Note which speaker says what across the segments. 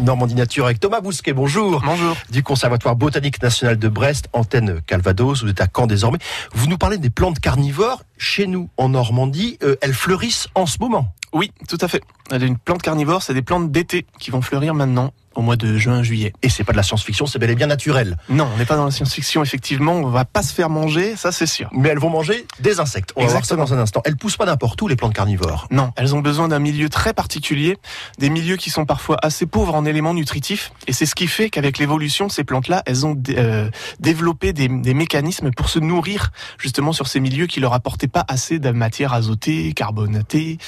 Speaker 1: Normandie Nature avec Thomas Bousquet. Bonjour.
Speaker 2: Bonjour.
Speaker 1: Du Conservatoire Botanique National de Brest, antenne Calvados, vous êtes à Caen désormais. Vous nous parlez des plantes carnivores. Chez nous, en Normandie, euh, elles fleurissent en ce moment.
Speaker 2: Oui, tout à fait. Elle est une plante carnivore, c'est des plantes d'été qui vont fleurir maintenant au mois de juin, juillet.
Speaker 1: Et c'est pas de la science-fiction, c'est bel et bien naturel.
Speaker 2: Non, on n'est pas dans la science-fiction, effectivement, on va pas se faire manger, ça c'est sûr.
Speaker 1: Mais elles vont manger des insectes. On va
Speaker 2: Exactement.
Speaker 1: voir ça dans un instant. Elles poussent pas n'importe où, les plantes carnivores.
Speaker 2: Non, elles ont besoin d'un milieu très particulier, des milieux qui sont parfois assez pauvres en éléments nutritifs, et c'est ce qui fait qu'avec l'évolution, ces plantes-là, elles ont dé- euh, développé des, des mécanismes pour se nourrir justement sur ces milieux qui leur apportaient pas assez de matière azotée, carbonatée,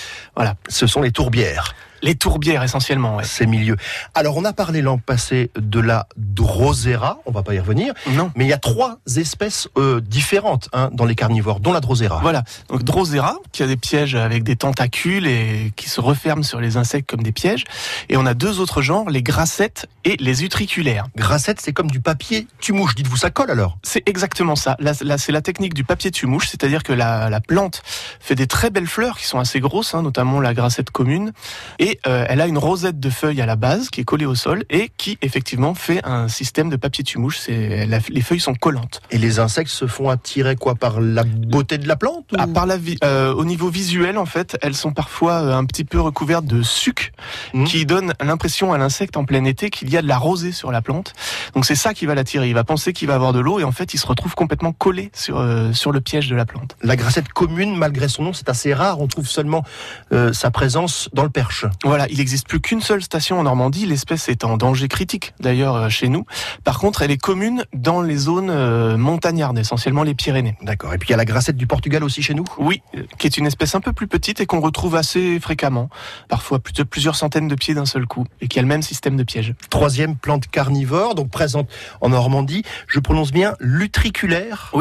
Speaker 1: Ce sont les tourbières,
Speaker 2: les tourbières essentiellement. ouais.
Speaker 1: ces milieux. Alors, on a parlé l'an passé de la drosera. On va pas y revenir.
Speaker 2: Non.
Speaker 1: Mais il y a trois espèces euh, différentes hein, dans les carnivores, dont la drosera.
Speaker 2: Voilà, donc Drosera, qui a des pièges avec des tentacules et qui se referment sur les insectes comme des pièges. Et on a deux autres genres, les grassettes et les utriculaires.
Speaker 1: Grassette, c'est comme du papier. Tu mouches, dites-vous, ça colle alors
Speaker 2: C'est exactement ça. Là, là, c'est la technique du papier de mouche, c'est-à-dire que la, la plante fait des très belles fleurs qui sont assez grosses, hein, notamment la grassette commune. Et euh, elle a une rosette de feuilles à la base qui est collée au sol et qui, effectivement, fait un système de papier de mouche. C'est, la- les feuilles sont collantes.
Speaker 1: Et les insectes se font attirer quoi Par la beauté de la plante ou-
Speaker 2: Ah, par la vi- euh, au niveau visuel, en fait, elles sont parfois euh, un petit peu recouvertes de suc
Speaker 1: Mhm.
Speaker 2: qui donne l'impression à l'insecte en plein été qu'il y a de la rosée sur la plante. Donc c'est ça qui va l'attirer. Il va penser qu'il va avoir de l'eau et en fait, il se retrouve complètement collé sur, euh, sur le piège de la plante.
Speaker 1: La grassette commune, malgré son nom, c'est assez rare. On trouve seulement euh, sa présence dans le Perche.
Speaker 2: Voilà, il n'existe plus qu'une seule station en Normandie. L'espèce est en danger critique, d'ailleurs, euh, chez nous. Par contre, elle est commune dans les zones euh, montagnardes, essentiellement les Pyrénées.
Speaker 1: D'accord. Et puis il y a la grassette du Portugal aussi chez nous.
Speaker 2: Oui, euh, qui est une espèce un peu plus petite et qu'on retrouve assez fréquemment, parfois plus de plusieurs centaines de pieds d'un seul coup, et qui a le même système de piège.
Speaker 1: Troisième plante carnivore, donc présente en Normandie. Je prononce bien l'utriculaire.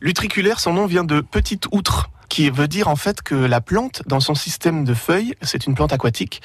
Speaker 2: L'utriculaire, son nom vient de petite outre, qui veut dire en fait que la plante, dans son système de feuilles, c'est une plante aquatique,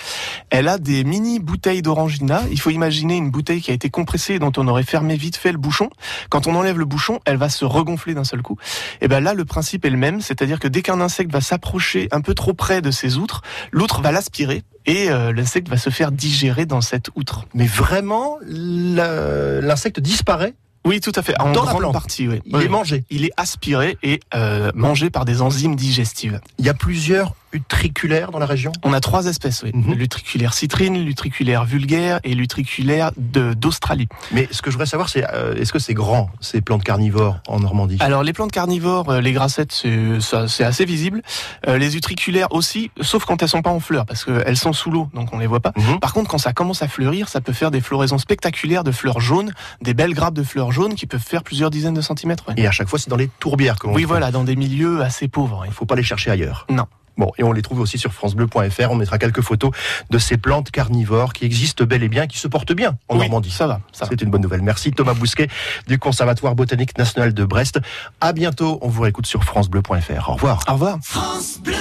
Speaker 2: elle a des mini bouteilles d'orangina. Il faut imaginer une bouteille qui a été compressée et dont on aurait fermé vite fait le bouchon. Quand on enlève le bouchon, elle va se regonfler d'un seul coup. Et ben là, le principe est le même, c'est-à-dire que dès qu'un insecte va s'approcher un peu trop près de ses outres, l'outre va l'aspirer et euh, l'insecte va se faire digérer dans cette outre.
Speaker 1: Mais vraiment, la- l'insecte disparaît.
Speaker 2: Oui, tout à fait. En
Speaker 1: Dans la
Speaker 2: grande
Speaker 1: plante.
Speaker 2: partie, oui.
Speaker 1: Il est mangé.
Speaker 2: Il est aspiré et euh, mangé par des enzymes digestives.
Speaker 1: Il y a plusieurs utriculaires dans la région.
Speaker 2: On a trois espèces, oui.
Speaker 1: Mhm.
Speaker 2: L'utriculaire citrine, l'utriculaire vulgaire et l'utriculaire de- d'Australie.
Speaker 1: Mais ce que je voudrais savoir, c'est euh, est-ce que c'est grand ces plantes carnivores en Normandie
Speaker 2: Alors les plantes carnivores, euh, les grassettes, c'est ça, c'est assez visible. Euh, les utriculaires aussi, sauf quand elles sont pas en fleurs, parce qu'elles sont sous l'eau, donc on les voit pas.
Speaker 1: Mhm.
Speaker 2: Par contre, quand ça commence à fleurir, ça peut faire des floraisons spectaculaires de fleurs jaunes, des belles grappes de fleurs jaunes qui peuvent faire plusieurs dizaines de centimètres. ouais.
Speaker 1: Et à chaque fois, c'est dans les tourbières. Comme on
Speaker 2: Oui,
Speaker 1: dit.
Speaker 2: voilà, dans des milieux assez pauvres.
Speaker 1: Il ne faut pas les chercher ailleurs.
Speaker 2: Non.
Speaker 1: Bon, et on les trouve aussi sur francebleu.fr. On mettra quelques photos de ces plantes carnivores qui existent bel et bien, qui se portent bien en
Speaker 2: Oui,
Speaker 1: Normandie.
Speaker 2: Ça va, ça va.
Speaker 1: C'est une bonne nouvelle. Merci Thomas Bousquet du Conservatoire Botanique National de Brest. À bientôt. On vous réécoute sur francebleu.fr. Au revoir.
Speaker 2: Au revoir.
Speaker 3: France Bleu.